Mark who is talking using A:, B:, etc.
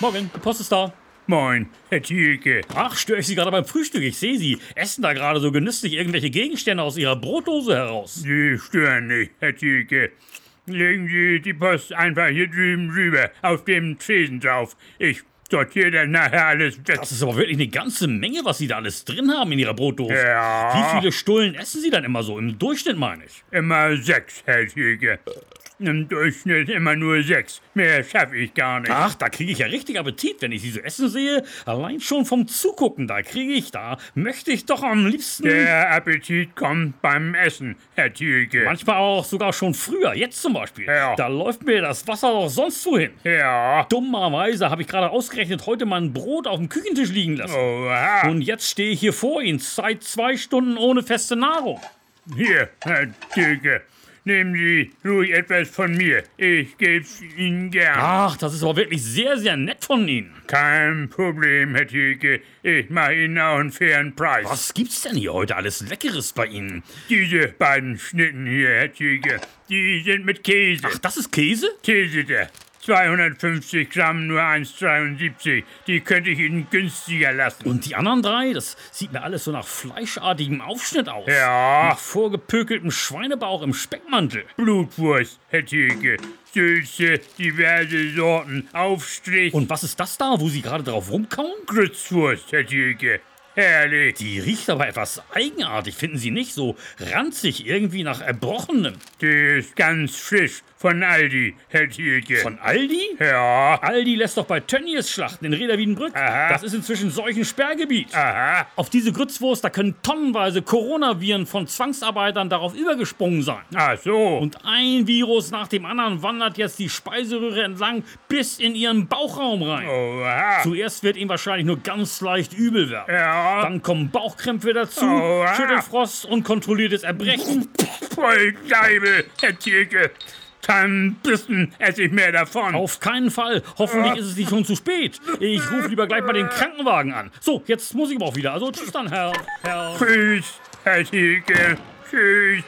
A: Morgen, die Post ist da.
B: Moin, Herr Thielke.
A: Ach, störe ich Sie gerade beim Frühstück? Ich sehe Sie essen da gerade so genüsslich irgendwelche Gegenstände aus Ihrer Brotdose heraus.
B: Sie stören nicht, Herr Thielke. Legen Sie die Post einfach hier drüben rüber, auf dem Tresen drauf. Ich sortiere dann nachher alles weg.
A: Das ist aber wirklich eine ganze Menge, was Sie da alles drin haben in Ihrer Brotdose.
B: Ja.
A: Wie viele Stullen essen Sie dann immer so? Im Durchschnitt meine ich.
B: Immer sechs, Herr Thielke. Im Durchschnitt immer nur sechs. Mehr schaffe ich gar nicht.
A: Ach, da kriege ich ja richtig Appetit, wenn ich Sie so essen sehe. Allein schon vom Zugucken, da kriege ich, da möchte ich doch am liebsten...
B: Der Appetit kommt beim Essen, Herr Thielke.
A: Manchmal auch sogar schon früher, jetzt zum Beispiel.
B: Ja.
A: Da läuft mir das Wasser doch sonst wohin.
B: Ja.
A: Dummerweise habe ich gerade ausgerechnet heute mein Brot auf dem Küchentisch liegen lassen.
B: Oha.
A: Und jetzt stehe ich hier vor Ihnen, seit zwei Stunden ohne feste Nahrung.
B: Hier, Herr Thielke. Nehmen Sie ruhig etwas von mir. Ich geb's Ihnen gern.
A: Ach, das ist aber wirklich sehr, sehr nett von Ihnen.
B: Kein Problem, Herr Thielke. Ich mache Ihnen auch einen fairen Preis.
A: Was gibt's denn hier heute alles Leckeres bei Ihnen?
B: Diese beiden Schnitten hier, Herr Thielke, die sind mit Käse.
A: Ach, das ist Käse?
B: Käse da. 250 Gramm, nur 1,73. Die könnte ich Ihnen günstiger lassen.
A: Und die anderen drei, das sieht mir alles so nach fleischartigem Aufschnitt aus.
B: Ja,
A: Nach vorgepökeltem Schweinebauch im Speckmantel.
B: Blutwurst, Herr Thielke. Sülze, diverse Sorten, Aufstrich.
A: Und was ist das da, wo Sie gerade drauf rumkauen?
B: Grützwurst, Herr Thielke. Herrlich.
A: Die riecht aber etwas eigenartig, finden Sie nicht? So ranzig, irgendwie nach Erbrochenem.
B: Die ist ganz frisch von Aldi, Herr Thielke.
A: Von Aldi?
B: ja,
A: Aldi lässt doch bei Tönnies schlachten in Reda-Wiedenbrück.
B: Aha.
A: Das ist inzwischen solchen Sperrgebiet.
B: aha.
A: Auf diese Grützwurst, da können tonnenweise Coronaviren von Zwangsarbeitern darauf übergesprungen sein.
B: Ach so.
A: Und ein Virus nach dem anderen wandert jetzt die Speiseröhre entlang bis in ihren Bauchraum rein.
B: Oha.
A: Zuerst wird ihm wahrscheinlich nur ganz leicht übel werden.
B: Ja.
A: Dann kommen Bauchkrämpfe dazu,
B: Oha.
A: Schüttelfrost und kontrolliertes Erbrechen.
B: Voll Geibel, Herr Thielke. Kein Bissen esse ich mehr davon.
A: Auf keinen Fall. Hoffentlich ist es nicht schon zu spät. Ich rufe lieber gleich mal den Krankenwagen an. So, jetzt muss ich aber auch wieder. Also tschüss dann, Herr. Herr.
B: Tschüss, Herr Thielke. Tschüss.